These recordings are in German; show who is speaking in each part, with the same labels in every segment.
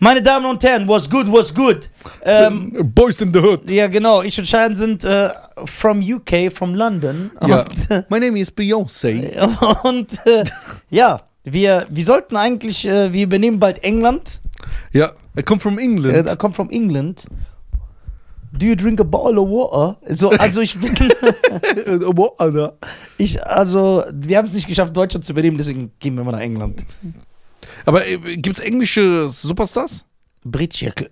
Speaker 1: Meine Damen und Herren, what's good, what's good? Ähm,
Speaker 2: Boys in the Hood.
Speaker 1: ja, genau. Ich und Schein sind äh, from UK, from London.
Speaker 2: Ja.
Speaker 1: Und, äh,
Speaker 2: My name is Beyoncé.
Speaker 1: und äh, ja, wir, wir sollten eigentlich, äh, wir übernehmen bald England.
Speaker 2: Ja, I come from
Speaker 1: Äh,
Speaker 2: England.
Speaker 1: I come from England. Do you drink a bottle of water? So, also ich bin, äh,
Speaker 2: What other?
Speaker 1: ich, also wir haben es nicht geschafft, Deutschland zu übernehmen, deswegen gehen wir mal nach England.
Speaker 2: Aber äh, gibt's englische Superstars?
Speaker 1: Britschirke.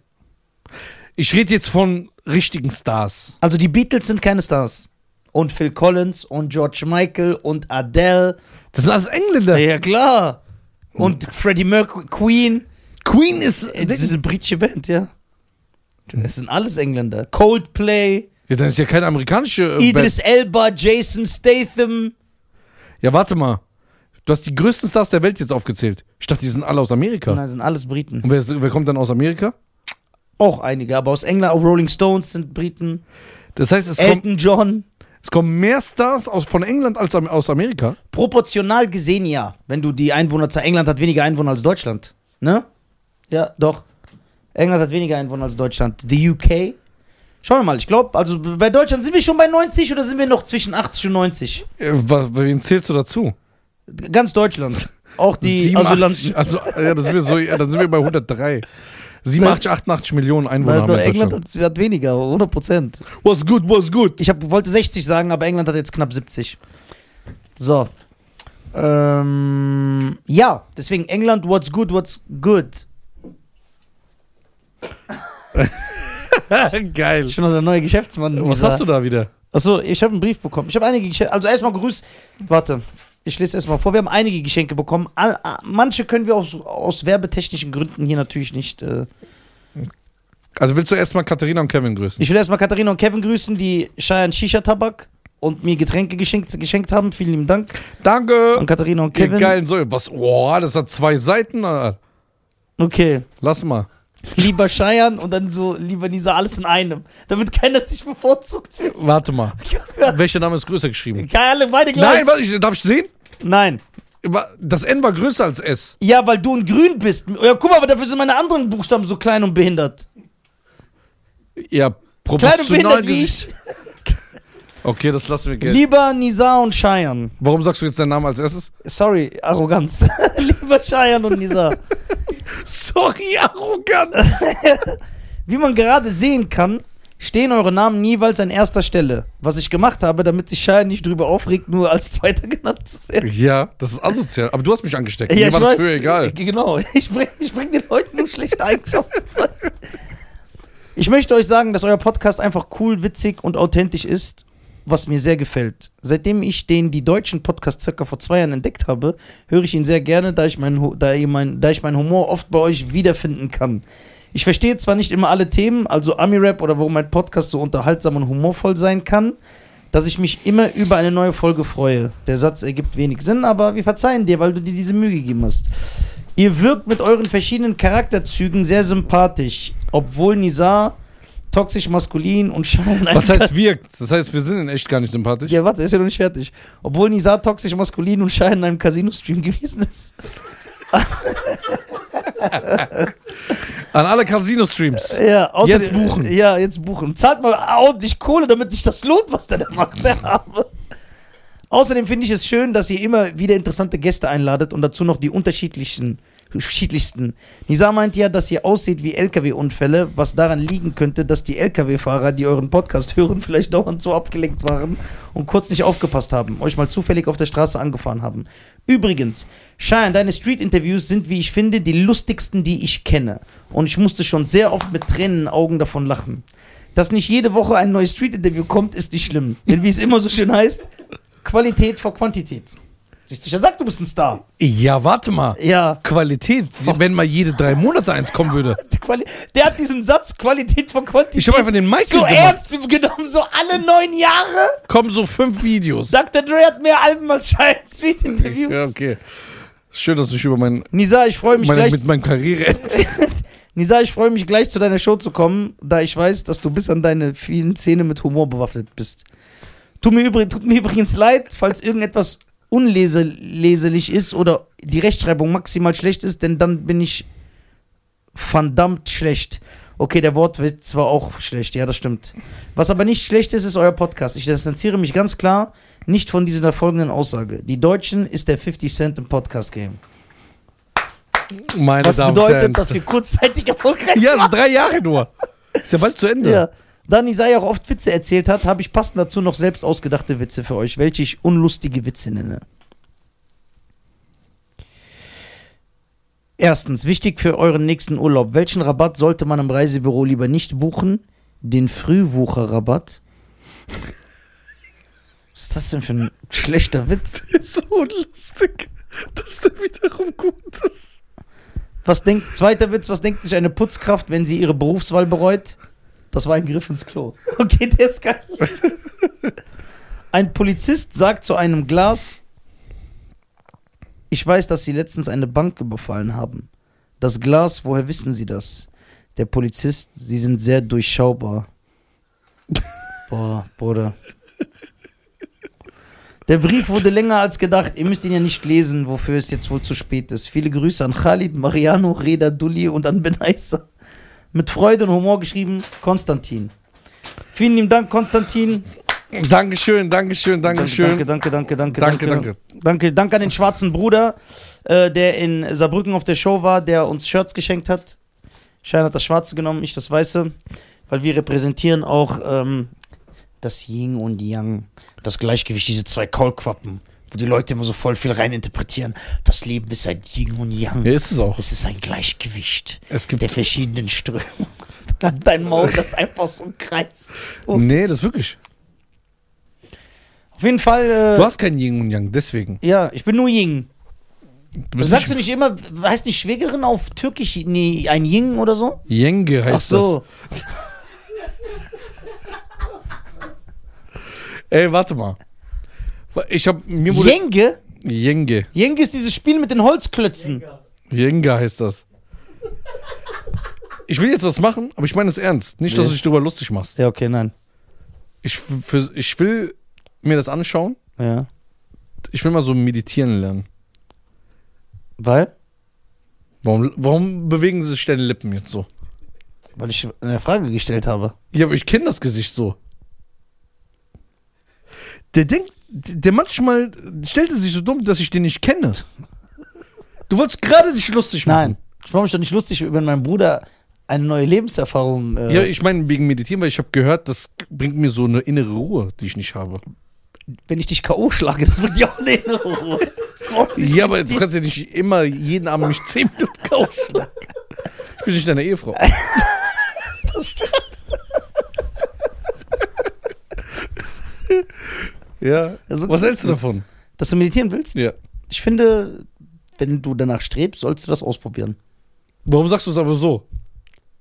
Speaker 2: Ich rede jetzt von richtigen Stars.
Speaker 1: Also die Beatles sind keine Stars. Und Phil Collins und George Michael und Adele.
Speaker 2: Das sind alles Engländer.
Speaker 1: Ja klar. Und Freddie Mercury, Queen.
Speaker 2: Queen ist.
Speaker 1: Äh, Das ist eine britische Band, ja.
Speaker 2: Mhm.
Speaker 1: Das sind alles Engländer. Coldplay,
Speaker 2: ja, dann ist ja keine amerikanische. Äh, Band.
Speaker 1: Idris Elba, Jason Statham.
Speaker 2: Ja, warte mal. Du hast die größten Stars der Welt jetzt aufgezählt. Ich dachte, die sind alle aus Amerika.
Speaker 1: Nein, das sind alles Briten.
Speaker 2: Und wer, wer kommt dann aus Amerika?
Speaker 1: Auch einige, aber aus England, auch Rolling Stones sind Briten.
Speaker 2: Das heißt, es, kommen,
Speaker 1: Elton John.
Speaker 2: es kommen mehr Stars aus, von England als am- aus Amerika.
Speaker 1: Proportional gesehen ja, wenn du die Einwohnerzahl. England hat weniger Einwohner als Deutschland. Ne? Ja, doch. England hat weniger Einwohner als Deutschland. The UK. Schauen wir mal, ich glaube, also bei Deutschland sind wir schon bei 90 oder sind wir noch zwischen 80 und 90?
Speaker 2: Äh, wa- wen zählst du dazu?
Speaker 1: Ganz Deutschland. Auch die
Speaker 2: 87,
Speaker 1: Asylanten.
Speaker 2: also, ja, das sind wir so, ja, dann sind wir bei 103. 87, 88 Millionen Einwohner haben wir in
Speaker 1: England
Speaker 2: Deutschland.
Speaker 1: hat, hat weniger, 100 Prozent.
Speaker 2: Was good, was good.
Speaker 1: Ich hab, wollte 60 sagen, aber England hat jetzt knapp 70. So. Ähm, ja, deswegen England, what's good, what's good.
Speaker 2: Geil.
Speaker 1: Schon noch der neue Geschäftsmann.
Speaker 2: Was hast du da wieder?
Speaker 1: Achso, ich habe einen Brief bekommen. Ich habe einige Geschenke. Also erstmal Grüß. Warte, ich lese erstmal vor. Wir haben einige Geschenke bekommen. All, a- manche können wir aus, aus werbetechnischen Gründen hier natürlich nicht. Äh.
Speaker 2: Also willst du erstmal Katharina und Kevin grüßen?
Speaker 1: Ich will erstmal Katharina und Kevin grüßen, die Cheyenne Shisha-Tabak und mir Getränke geschenkt, geschenkt haben. Vielen lieben Dank.
Speaker 2: Danke.
Speaker 1: Und Katharina und
Speaker 2: Ihr
Speaker 1: Kevin.
Speaker 2: geilen Säule. Was? Boah, das hat zwei Seiten. Alter.
Speaker 1: Okay.
Speaker 2: Lass mal.
Speaker 1: lieber Scheiern und dann so lieber Nisa, alles in einem. Damit keiner sich bevorzugt fühlt.
Speaker 2: Warte mal. Welcher Name ist größer geschrieben?
Speaker 1: Keine alle beide gleich.
Speaker 2: Nein, warte, ich, darf ich sehen?
Speaker 1: Nein.
Speaker 2: Wa- Das N war größer als S.
Speaker 1: Ja, weil du in grün bist. Ja, guck mal, aber dafür sind meine anderen Buchstaben so klein und behindert.
Speaker 2: Ja,
Speaker 1: Klein und
Speaker 2: proportional
Speaker 1: behindert wie
Speaker 2: gesehen.
Speaker 1: ich.
Speaker 2: Okay, das lassen wir gelten.
Speaker 1: Lieber Nisa und Scheiern.
Speaker 2: Warum sagst du jetzt deinen Namen als erstes?
Speaker 1: Sorry, Arroganz. lieber Scheiern und Nisa.
Speaker 2: Sorry, arrogant.
Speaker 1: Wie man gerade sehen kann, stehen eure Namen jeweils an erster Stelle. Was ich gemacht habe, damit sich Scheiern nicht drüber aufregt, nur als Zweiter genannt zu werden.
Speaker 2: Ja, das ist asozial. Aber du hast mich angesteckt.
Speaker 1: Ja,
Speaker 2: Mir
Speaker 1: ich
Speaker 2: war
Speaker 1: weiß.
Speaker 2: das früher egal.
Speaker 1: Genau, ich bringe ich bring den Leuten nur schlechte Eigenschaften. bei. Ich möchte euch sagen, dass euer Podcast einfach cool, witzig und authentisch ist, was mir sehr gefällt. Seitdem ich den die deutschen Podcast circa vor zwei Jahren entdeckt habe, höre ich ihn sehr gerne, da ich meinen Hu- da ihr mein, da ich meinen Humor oft bei euch wiederfinden kann. Ich verstehe zwar nicht immer alle Themen, also Ami-Rap oder warum mein Podcast so unterhaltsam und humorvoll sein kann, dass ich mich immer über eine neue Folge freue. Der Satz ergibt wenig Sinn, aber wir verzeihen dir, weil du dir diese Mühe gegeben hast. Ihr wirkt mit euren verschiedenen Charakterzügen sehr sympathisch, obwohl Nizar toxisch maskulin und scheinen
Speaker 2: Was heißt wirkt? Das heißt, wir sind in echt gar nicht sympathisch.
Speaker 1: ja, warte, ist ja noch nicht fertig. Obwohl Nizar toxisch maskulin und scheinen in einem Casino-Stream gewesen ist.
Speaker 2: An alle Casino-Streams.
Speaker 1: Ja, außer-
Speaker 2: Jetzt buchen.
Speaker 1: Ja, jetzt buchen. Zahlt mal ordentlich Kohle, damit sich das lohnt, was der da macht. Der Arme. Außerdem finde ich es schön, dass ihr immer wieder interessante Gäste einladet und dazu noch die unterschiedlichen, unterschiedlichsten. Nisa meint ja, dass ihr aussieht wie LKW-Unfälle, was daran liegen könnte, dass die LKW-Fahrer, die euren Podcast hören, vielleicht dauernd so abgelenkt waren und kurz nicht aufgepasst haben, euch mal zufällig auf der Straße angefahren haben. Übrigens, Schein, deine Street-Interviews sind, wie ich finde, die lustigsten, die ich kenne. Und ich musste schon sehr oft mit Tränen in den Augen davon lachen. Dass nicht jede Woche ein neues Street-Interview kommt, ist nicht schlimm. Denn wie es immer so schön heißt, Qualität vor Quantität. Siehst du, ich hab gesagt, du bist ein Star.
Speaker 2: Ja, warte mal.
Speaker 1: Ja.
Speaker 2: Qualität. Wenn mal jede drei Monate eins kommen würde.
Speaker 1: Die Quali der hat diesen Satz Qualität vor Quantität
Speaker 2: Ich habe einfach den Michael
Speaker 1: so
Speaker 2: gemacht.
Speaker 1: ernst genommen, so alle neun Jahre.
Speaker 2: Kommen so fünf Videos.
Speaker 1: Dr. Dre hat mehr Alben als Shine Street Interviews.
Speaker 2: Ja, okay. Schön, dass du dich über mein,
Speaker 1: Nisa, ich freue mich
Speaker 2: meine,
Speaker 1: gleich.
Speaker 2: mit meinem Karriere.
Speaker 1: Nisa, ich freue mich gleich zu deiner Show zu kommen, da ich weiß, dass du bis an deine vielen Zähne mit Humor bewaffnet bist. Tut mir, übrig, tut mir übrigens leid, falls irgendetwas unleserlich ist oder die Rechtschreibung maximal schlecht ist, denn dann bin ich verdammt schlecht. Okay, der Wortwitz war auch schlecht, ja, das stimmt. Was aber nicht schlecht ist, ist euer Podcast. Ich distanziere mich ganz klar nicht von dieser folgenden Aussage. Die Deutschen ist der 50 Cent im Podcast-Game.
Speaker 2: Meine
Speaker 1: Was
Speaker 2: Damen und Herren.
Speaker 1: bedeutet, dass wir kurzzeitig erfolgreich
Speaker 2: ja, so drei Jahre nur. Ist ja bald zu Ende.
Speaker 1: Ja. Da Nisai auch oft Witze erzählt hat, habe ich passend dazu noch selbst ausgedachte Witze für euch, welche ich unlustige Witze nenne. Erstens, wichtig für euren nächsten Urlaub. Welchen Rabatt sollte man im Reisebüro lieber nicht buchen? Den Frühwucherrabatt? Was ist das denn für ein schlechter Witz?
Speaker 2: Ist so unlustig, dass der wiederum gut ist.
Speaker 1: Was denkt, zweiter Witz, was denkt sich eine Putzkraft, wenn sie ihre Berufswahl bereut? Das war ein Griff ins Klo. Okay, der ist geil. Ein Polizist sagt zu einem Glas, ich weiß, dass Sie letztens eine Bank überfallen haben. Das Glas, woher wissen Sie das? Der Polizist, Sie sind sehr durchschaubar. Boah, Bruder. Der Brief wurde länger als gedacht. Ihr müsst ihn ja nicht lesen, wofür es jetzt wohl zu spät ist. Viele Grüße an Khalid, Mariano, Reda, Dulli und an Benaisa. Mit Freude und Humor geschrieben, Konstantin. Vielen lieben Dank, Konstantin.
Speaker 2: Dankeschön, Dankeschön, Dankeschön.
Speaker 1: Danke, danke, danke, danke,
Speaker 2: Danke,
Speaker 1: danke. Danke, danke an den schwarzen Bruder, äh, der in Saarbrücken auf der Show war, der uns Shirts geschenkt hat. Schein hat das Schwarze genommen, ich das Weiße, weil wir repräsentieren auch ähm, das Yin und Yang, das Gleichgewicht, diese zwei Kaulquappen, wo die Leute immer so voll viel reininterpretieren. Das Leben ist ein Yin und Yang.
Speaker 2: Ja, ist es auch.
Speaker 1: Es ist ein Gleichgewicht
Speaker 2: Es
Speaker 1: der
Speaker 2: gibt.
Speaker 1: verschiedenen Strömungen. Dein Maul, das ist einfach so ein Kreis.
Speaker 2: Nee, das ist wirklich.
Speaker 1: Auf jeden Fall. Äh,
Speaker 2: Du hast kein Yin und Yang, deswegen.
Speaker 1: Ja, ich bin nur Ying.
Speaker 2: Du bist
Speaker 1: Sagst du
Speaker 2: nicht
Speaker 1: nicht immer, heißt nicht Schwägerin auf Türkisch nee, ein Ying oder so?
Speaker 2: Yenge heißt
Speaker 1: Ach so.
Speaker 2: das. Ey, warte mal. Ich hab mir wurde.
Speaker 1: Yenge?
Speaker 2: Yenge.
Speaker 1: Yenge ist dieses Spiel mit den Holzklötzen.
Speaker 2: Yenge heißt das. Ich will jetzt was machen, aber ich meine es ernst. Nicht, dass
Speaker 1: Nee.
Speaker 2: du dich darüber lustig machst.
Speaker 1: Ja, okay, nein.
Speaker 2: Ich, für, ich will mir das anschauen.
Speaker 1: Ja.
Speaker 2: Ich will mal so meditieren lernen.
Speaker 1: Weil?
Speaker 2: Warum, warum bewegen sich deine Lippen jetzt so?
Speaker 1: Weil ich eine Frage gestellt habe.
Speaker 2: Ja, aber ich kenne das Gesicht so. Der denkt, der manchmal stellte sich so dumm, dass ich den nicht kenne. Du wolltest gerade dich lustig machen.
Speaker 1: Nein. Ich mache mich doch nicht lustig, wenn mein Bruder eine neue Lebenserfahrung. Äh,
Speaker 2: Ja, ich meine wegen Meditieren, weil ich habe gehört, das bringt mir so eine innere Ruhe, die ich nicht habe.
Speaker 1: wenn ich dich K.O. schlage, das wird dir auch eine innere Ruhe. Du brauchst nicht
Speaker 2: Ja, aber du
Speaker 1: meditieren.
Speaker 2: kannst ja nicht immer jeden Abend mich 10 Minuten kaufen. Ich bin nicht deine Ehefrau. Ja.
Speaker 1: Ja, so
Speaker 2: Was
Speaker 1: geht's
Speaker 2: hältst du davon?
Speaker 1: Dass du meditieren willst?
Speaker 2: Ja.
Speaker 1: Ich finde, wenn du danach strebst, sollst du das ausprobieren.
Speaker 2: Warum sagst du es aber so?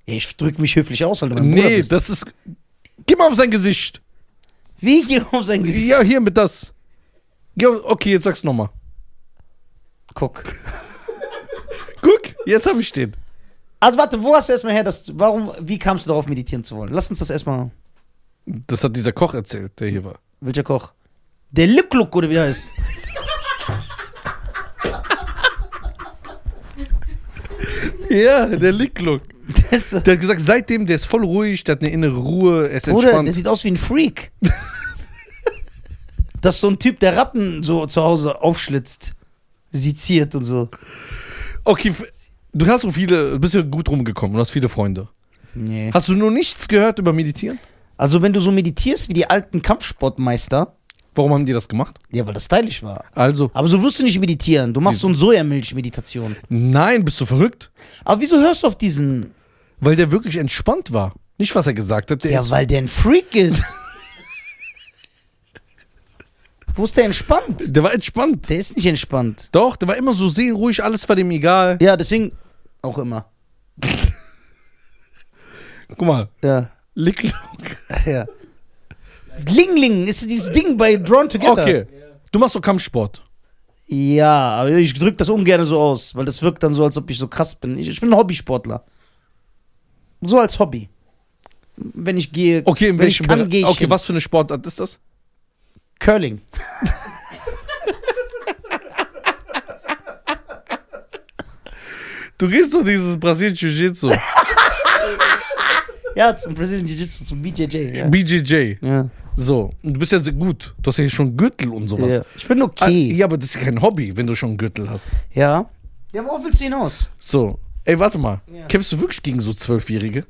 Speaker 1: Ja, ich drücke mich höflich aus, weil du mein Bruder
Speaker 2: Nee,
Speaker 1: bist.
Speaker 2: das ist. Geh mal auf sein Gesicht.
Speaker 1: Wie geht auf sein Gesicht?
Speaker 2: Ja, hier mit das. Geh auf, okay, jetzt sag's nochmal.
Speaker 1: Guck.
Speaker 2: Guck, jetzt hab ich den.
Speaker 1: Also warte, wo hast du erstmal her, dass du- warum, wie kamst du darauf, meditieren zu wollen? Lass uns das erstmal.
Speaker 2: Das hat dieser Koch erzählt, der hier war.
Speaker 1: Welcher Koch? Der Lückluck, oder wie der heißt?
Speaker 2: Ja, der Licklook.
Speaker 1: Der ist, so-
Speaker 2: Der hat gesagt, seitdem, der ist voll ruhig, der hat eine innere Ruhe, er ist
Speaker 1: Bruder, der
Speaker 2: entspannt.
Speaker 1: sieht aus wie ein Freak. das ist so ein Typ, der Ratten so zu Hause aufschlitzt, seziert und so.
Speaker 2: Okay, f- du hast so viele, du bist ja gut rumgekommen und hast viele Freunde.
Speaker 1: Nee.
Speaker 2: Hast du nur nichts gehört über Meditieren?
Speaker 1: Also wenn du so meditierst wie die alten Kampfsportmeister,
Speaker 2: Warum haben die das gemacht?
Speaker 1: ja, weil das stylisch war.
Speaker 2: Also,
Speaker 1: Aber so wirst du nicht meditieren. Du machst so eine Sojamilch-Meditation.
Speaker 2: nein, bist du verrückt?
Speaker 1: Aber wieso hörst du auf diesen?
Speaker 2: Weil der wirklich entspannt war. Nicht, was er gesagt hat. Der
Speaker 1: Ja,
Speaker 2: ist,
Speaker 1: weil der ein Freak ist. Wo ist der entspannt?
Speaker 2: der war entspannt.
Speaker 1: Der ist nicht entspannt.
Speaker 2: Doch, der war immer so seelenruhig, alles war dem egal.
Speaker 1: Ja, deswegen auch immer.
Speaker 2: Guck mal,
Speaker 1: Ja,
Speaker 2: Licklock.
Speaker 1: ja. Lingling ist dieses Ding bei Drawn Together.
Speaker 2: Okay, du machst doch Kampfsport.
Speaker 1: Ja, aber ich drücke das ungern so aus, weil das wirkt dann so, als ob ich so krass bin. Ich, ich bin ein Hobbysportler. So als Hobby. Wenn ich gehe,
Speaker 2: Okay, in
Speaker 1: wenn ich
Speaker 2: welchem
Speaker 1: kann, gehe
Speaker 2: Bereich?
Speaker 1: ich
Speaker 2: Okay,
Speaker 1: hin.
Speaker 2: was für eine Sportart ist das?
Speaker 1: Curling.
Speaker 2: Du gehst doch dieses brasilianische Jiu-Jitsu.
Speaker 1: Ja, zum Brazilian Jiu-Jitsu, zum BJJ. Ja.
Speaker 2: BJJ.
Speaker 1: Ja.
Speaker 2: So, du bist ja sehr gut. Du hast ja schon Gürtel und sowas.
Speaker 1: Ja. Ich bin
Speaker 2: Ah,
Speaker 1: okay.
Speaker 2: Ja, aber das ist ja kein Hobby, wenn du schon einen Gürtel hast.
Speaker 1: Ja. Ja, worauf willst du hinaus?
Speaker 2: So. Ey, warte mal.
Speaker 1: Ja.
Speaker 2: Kämpfst du wirklich gegen so Zwölfjährige?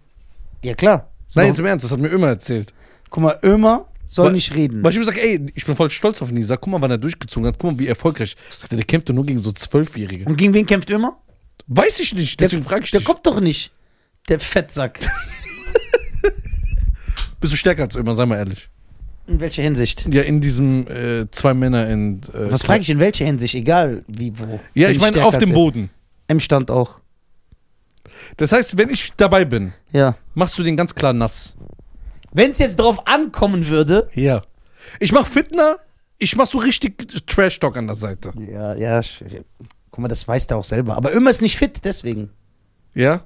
Speaker 1: Ja, klar. So.
Speaker 2: Nein, jetzt im Ernst, das hat mir immer erzählt.
Speaker 1: Guck mal, Ömer soll
Speaker 2: Wa-
Speaker 1: nicht reden.
Speaker 2: Weil ich immer sage, ey, ich bin voll stolz auf ihn. Ich sag, guck mal, wann er durchgezogen hat, guck mal, wie erfolgreich. Sagt er, der kämpft doch nur gegen so Zwölfjährige.
Speaker 1: Und gegen wen kämpft Ömer?
Speaker 2: Weiß ich nicht,
Speaker 1: Der-
Speaker 2: deswegen frage ich
Speaker 1: Der
Speaker 2: dich.
Speaker 1: kommt doch nicht. Der Fettsack.
Speaker 2: Bist du stärker als immer, sei mal ehrlich.
Speaker 1: In welcher Hinsicht?
Speaker 2: Ja, in diesem äh, zwei Männer in. Äh,
Speaker 1: Was frage ich in welcher Hinsicht? Egal wie, wo.
Speaker 2: Ja,
Speaker 1: Bin
Speaker 2: ich meine
Speaker 1: stärker
Speaker 2: auf
Speaker 1: als
Speaker 2: dem
Speaker 1: er.
Speaker 2: Boden.
Speaker 1: Im Stand auch.
Speaker 2: Das heißt, wenn ich dabei bin,
Speaker 1: Ja.
Speaker 2: machst du den ganz klar nass.
Speaker 1: Wenn es jetzt drauf ankommen würde.
Speaker 2: Ja. Ich mach Fitner, ich mach so richtig Trash-Talk an der Seite.
Speaker 1: Ja, ja. sch- Guck mal, das weiß der auch selber. Aber Ömer ist nicht fit, deswegen.
Speaker 2: Ja?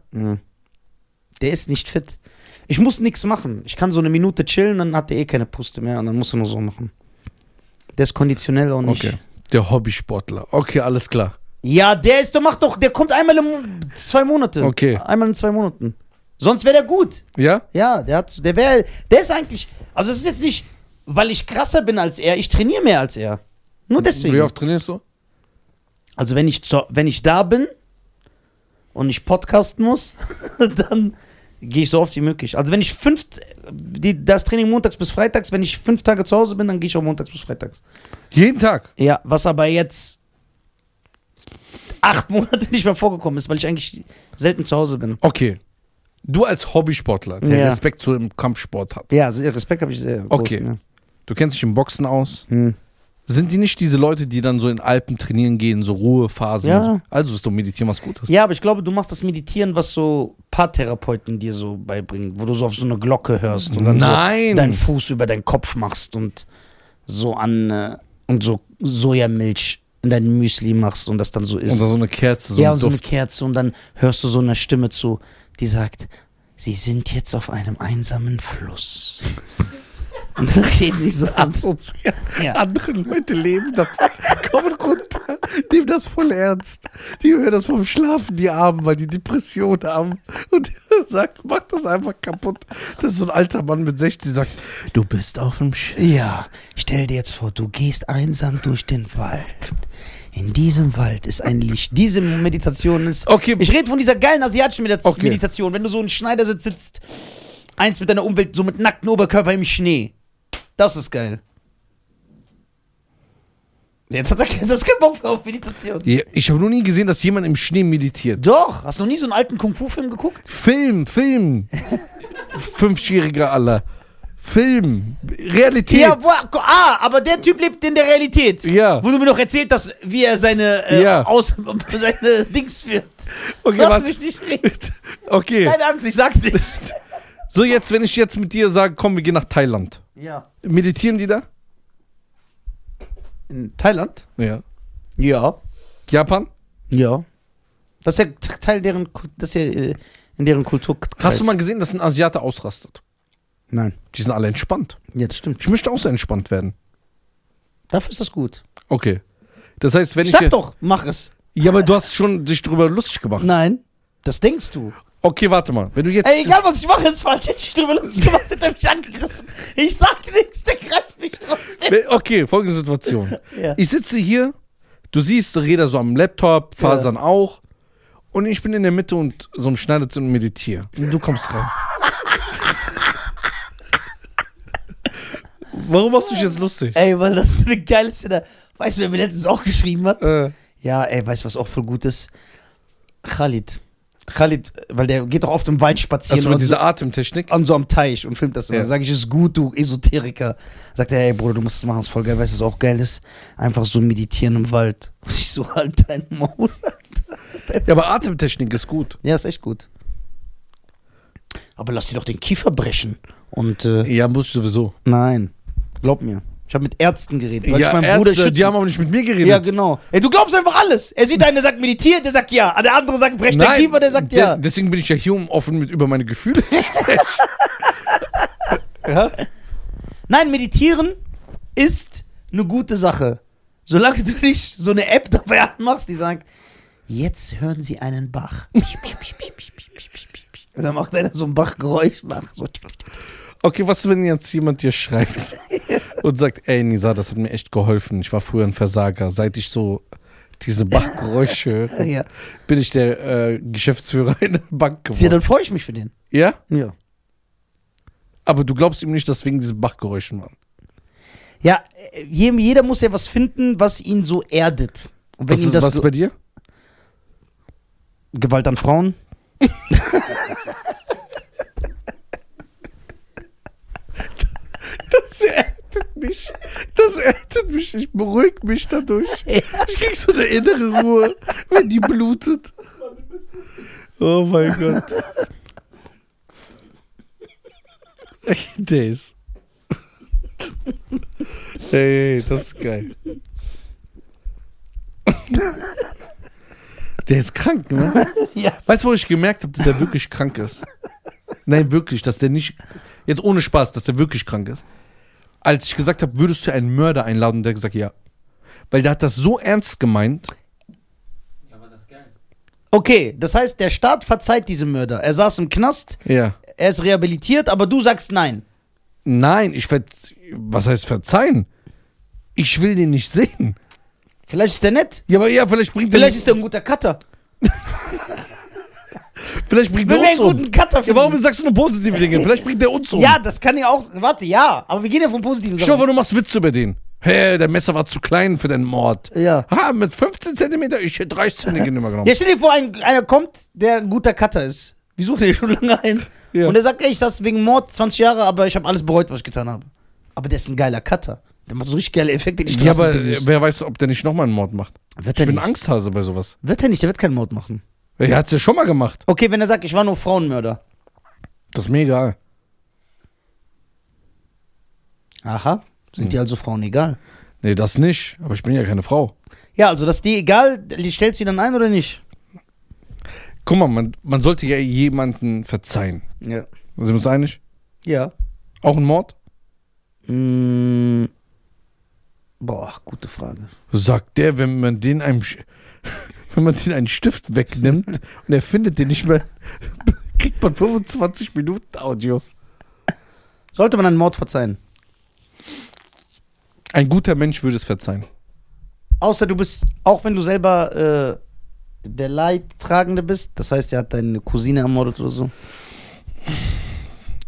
Speaker 1: Der ist nicht fit. Ich muss nichts machen. Ich kann so eine Minute chillen, dann hat er eh keine Puste mehr und dann musst du nur so machen. Der ist konditionell auch nicht.
Speaker 2: Okay. Der Hobbysportler. Okay, alles klar.
Speaker 1: Ja, der ist, der macht doch, der kommt einmal in zwei Monate.
Speaker 2: Okay.
Speaker 1: Einmal in zwei Monaten. Sonst wäre der gut.
Speaker 2: Ja?
Speaker 1: Ja, der hat, der wäre, der ist eigentlich, also es ist jetzt nicht, weil ich krasser bin als er, ich trainiere mehr als er. Nur
Speaker 2: Wie
Speaker 1: deswegen.
Speaker 2: oft trainierst du?
Speaker 1: Also wenn ich, zo- wenn ich da bin und ich podcasten muss, dann gehe ich so oft wie möglich. Also wenn ich fünf, die, das Training montags bis freitags, wenn ich fünf Tage zu Hause bin, dann gehe ich auch montags bis freitags.
Speaker 2: Jeden Tag.
Speaker 1: Ja, was aber jetzt acht Monate nicht mehr vorgekommen ist, weil ich eigentlich selten zu Hause bin.
Speaker 2: Okay. Du als Hobbysportler, der
Speaker 1: Ja.
Speaker 2: Respekt zu dem Kampfsport hat.
Speaker 1: Ja, also Respekt habe ich sehr groß.
Speaker 2: Okay.
Speaker 1: ne?
Speaker 2: Du kennst dich im Boxen aus.
Speaker 1: Hm.
Speaker 2: Sind die nicht diese Leute, die dann so in Alpen trainieren gehen, so Ruhephasen?
Speaker 1: Ja.
Speaker 2: und so? Also ist doch meditieren was Gutes.
Speaker 1: Ja, aber ich glaube, du machst das Meditieren, was so Paartherapeuten dir so beibringen, wo du so auf so eine Glocke hörst und dann so
Speaker 2: Nein.
Speaker 1: deinen Fuß über deinen Kopf machst und so an äh, und so Sojamilch in dein Müsli machst und das dann so
Speaker 2: Und
Speaker 1: isst.
Speaker 2: dann so eine Kerze, so
Speaker 1: ja,
Speaker 2: ein
Speaker 1: und so eine
Speaker 2: Duft.
Speaker 1: Kerze und dann hörst du so einer Stimme zu, die sagt, sie sind jetzt auf einem einsamen Fluss. und dann reden die so an. Ja.
Speaker 2: Andere Leute leben davon. Kommen runter. Die nehmen das voll ernst. Die hören das vom Schlafen, die Armen, weil die Depression haben. Und der sagt, mach das einfach kaputt. Das ist so ein alter Mann mit 60, sagt, du bist auf dem Schiff.
Speaker 1: Ja, stell dir jetzt vor, du gehst einsam durch den Wald. In diesem Wald ist ein Licht. Diese Meditation ist.
Speaker 2: Okay.
Speaker 1: Ich rede von dieser geilen asiatischen Medita-
Speaker 2: Okay.
Speaker 1: Meditation, wenn du so einen Schneidersitz sitzt, eins mit deiner Umwelt, so mit nacktem Oberkörper im Schnee. Das ist geil. Jetzt hat er jetzt hast du keinen Bock mehr auf Meditation.
Speaker 2: Ja, Ich habe noch nie gesehen, dass jemand im Schnee meditiert.
Speaker 1: Doch, hast du noch nie so einen alten Kung-Fu-Film geguckt?
Speaker 2: Film, Film. Fünfjähriger aller. Film. Realität.
Speaker 1: Ja, wo, ah, aber der Typ lebt in der Realität.
Speaker 2: Ja.
Speaker 1: Wo du mir noch erzählt hast, wie er seine, äh,
Speaker 2: Ja.
Speaker 1: aus, seine Dings führt.
Speaker 2: Okay,
Speaker 1: Lass
Speaker 2: warte.
Speaker 1: mich nicht reden.
Speaker 2: Okay.
Speaker 1: Keine Angst, ich sag's nicht.
Speaker 2: So, jetzt, wenn ich jetzt mit dir sage, komm, wir gehen nach Thailand.
Speaker 1: Ja.
Speaker 2: Meditieren die da?
Speaker 1: In Thailand?
Speaker 2: Ja.
Speaker 1: Ja.
Speaker 2: Japan?
Speaker 1: Ja. Das ist ja t- Teil deren, Kul- das ist ja äh, in deren Kultur.
Speaker 2: Hast du mal gesehen, dass ein Asiate ausrastet?
Speaker 1: Nein.
Speaker 2: Die sind alle entspannt.
Speaker 1: Ja, das stimmt.
Speaker 2: Ich möchte auch so entspannt werden.
Speaker 1: Dafür ist das gut.
Speaker 2: Okay. Das heißt, wenn
Speaker 1: Ich
Speaker 2: ich.
Speaker 1: sag
Speaker 2: jetzt-
Speaker 1: doch, mach es.
Speaker 2: Ja, aber du hast schon dich darüber lustig gemacht.
Speaker 1: Nein. Das denkst du.
Speaker 2: Okay, warte mal. Wenn du jetzt.
Speaker 1: Ey, egal was ich mache, ist falsch. Hätte ich drüber lustig gemacht, hätte er mich angegriffen. Ich sag nichts, der greift mich trotzdem.
Speaker 2: Wenn- Okay, folgende Situation.
Speaker 1: Ja.
Speaker 2: Ich sitze hier, du siehst Räder so am Laptop, Fasern auch. Und ich bin in der Mitte und so im Schneiderzimmer und meditiere. Und du kommst rein. Warum machst du dich jetzt lustig?
Speaker 1: Ey, weil das ist eine geile Szene. Weißt du, wer mir letztens auch geschrieben hat?
Speaker 2: Äh,
Speaker 1: Ja, ey, weißt du, was auch voll gut ist? Khalid. Khalid, weil der geht doch oft im Wald spazieren
Speaker 2: also mit
Speaker 1: und so,
Speaker 2: dieser Atemtechnik.
Speaker 1: an so am Teich und filmt das immer.
Speaker 2: Ja.
Speaker 1: Sag ich, ist gut, du Esoteriker. Sagt er, ey, Bruder, du musst es machen, ist voll geil. Weißt du, was auch geil ist? Einfach so meditieren im Wald. Und ich so, halt dein Maul. Äh,
Speaker 2: Ja, aber Atemtechnik ist gut.
Speaker 1: Ja, ist echt gut. Aber lass dir doch den Kiefer brechen. Und, äh,
Speaker 2: Ja, muss ich sowieso.
Speaker 1: nein. Glaub mir. Ich habe mit Ärzten geredet, weil
Speaker 2: ja,
Speaker 1: ich meinen
Speaker 2: Ärzte,
Speaker 1: Bruder schütze.
Speaker 2: die haben aber nicht mit mir geredet.
Speaker 1: Ja, genau. Ey, du glaubst einfach alles. Er sieht einen, der sagt meditiert, der sagt ja. Der andere sagt brech den Kiefer, der sagt
Speaker 2: de-
Speaker 1: ja.
Speaker 2: Deswegen bin ich ja hier, um offen mit über meine Gefühle zu sprechen. ja?
Speaker 1: Nein, meditieren ist eine gute Sache. Solange du nicht so eine App dabei anmachst, die sagt, jetzt hören Sie einen Bach. Und dann macht einer so ein Bachgeräusch nach. So.
Speaker 2: Okay, was, wenn jetzt jemand dir schreibt und sagt, ey Nisa, das hat mir echt geholfen. Ich war früher ein Versager. Seit ich so diese Bankgeräusche höre,
Speaker 1: Ja.
Speaker 2: bin ich der äh, Geschäftsführer einer
Speaker 1: ja,
Speaker 2: Bank geworden.
Speaker 1: dann freue ich mich für den.
Speaker 2: Ja?
Speaker 1: Ja.
Speaker 2: Aber du glaubst ihm nicht, dass wegen diesen Bachgeräuschen waren.
Speaker 1: Ja, äh, jedem- jeder muss ja was finden, was ihn so erdet. Und wenn
Speaker 2: Was
Speaker 1: ihm
Speaker 2: ist
Speaker 1: das
Speaker 2: was
Speaker 1: ge-
Speaker 2: bei dir?
Speaker 1: Gewalt an Frauen.
Speaker 2: Das erdet mich. Das erdet mich. Ich beruhige mich dadurch. Ich krieg so eine innere Ruhe, wenn die blutet. Oh mein Gott. Ey, Der ist. Ey, das ist geil. Der ist krank, ne?
Speaker 1: Ja.
Speaker 2: Weißt du, wo ich gemerkt habe, dass er wirklich krank ist? Nein, wirklich, dass der nicht. Jetzt ohne Spaß, dass der wirklich krank ist. Als ich gesagt habe, würdest du einen Mörder einladen, der hat gesagt, ja. Weil der hat das so ernst gemeint.
Speaker 3: Ja, aber das ist geil.
Speaker 1: Okay, das heißt, der Staat verzeiht diesem Mörder. Er saß im Knast,
Speaker 2: Ja.
Speaker 1: er ist rehabilitiert, aber du sagst nein.
Speaker 2: Nein, ich ver. Was heißt verzeihen? Ich will den nicht sehen.
Speaker 1: Vielleicht ist er nett.
Speaker 2: Ja, aber ja, vielleicht bringt
Speaker 1: Vielleicht
Speaker 2: vielleicht
Speaker 1: ist er ein guter Cutter.
Speaker 2: der, vielleicht bringt
Speaker 1: Wenn wir
Speaker 2: der
Speaker 1: einen
Speaker 2: uns um.
Speaker 1: guten Cutter
Speaker 2: Ja,
Speaker 1: finden.
Speaker 2: warum sagst du nur positive Dinge? Vielleicht bringt der uns um.
Speaker 1: Ja, das kann ja auch. Warte, ja. Aber wir gehen ja vom positiven
Speaker 2: Ich hoffe, du machst Witze über den. Hä, der Messer war zu klein für den Mord.
Speaker 1: Ja.
Speaker 2: Ha, mit 15 Zentimeter, ich hätte 30 Zentimeter genommen.
Speaker 1: Ja, stell dir vor, ein, einer kommt, der ein guter Cutter ist. Wir suchen den schon lange ein.
Speaker 2: Ja.
Speaker 1: Und er sagt, ey, ich saß wegen Mord 20 Jahre, aber ich habe alles bereut, was ich getan habe. Aber der ist ein geiler Cutter. Der macht so richtig geile Effekte, die
Speaker 2: Ja, aber
Speaker 1: Straßendingos.
Speaker 2: wer weiß, ob der nicht nochmal einen Mord macht.
Speaker 1: Wird
Speaker 2: Ich
Speaker 1: er
Speaker 2: bin
Speaker 1: nicht.
Speaker 2: Angsthase bei sowas.
Speaker 1: Wird er nicht, der wird keinen Mord machen.
Speaker 2: Er hat's ja schon mal gemacht.
Speaker 1: Okay, wenn er sagt, ich war nur Frauenmörder.
Speaker 2: Das ist mir egal.
Speaker 1: Aha, sind
Speaker 2: Hm.
Speaker 1: dir also Frauen egal?
Speaker 2: Nee, das nicht. Aber ich bin ja keine Frau.
Speaker 1: Ja, also dass die egal, die stellst du dann ein oder nicht?
Speaker 2: Guck mal, man, man sollte ja jemanden verzeihen.
Speaker 1: Ja.
Speaker 2: Sind wir uns einig?
Speaker 1: Ja.
Speaker 2: Auch ein Mord?
Speaker 1: Mm. Boah, gute Frage.
Speaker 2: Sagt der, wenn man den einem, Sch- wenn man den einen Stift wegnimmt und er findet den nicht mehr, kriegt man 25 Minuten Audios.
Speaker 1: Sollte man einen Mord verzeihen?
Speaker 2: Ein guter Mensch würde es verzeihen.
Speaker 1: Außer du bist, auch wenn du selber äh, der Leidtragende bist, das heißt, er hat deine Cousine ermordet oder so.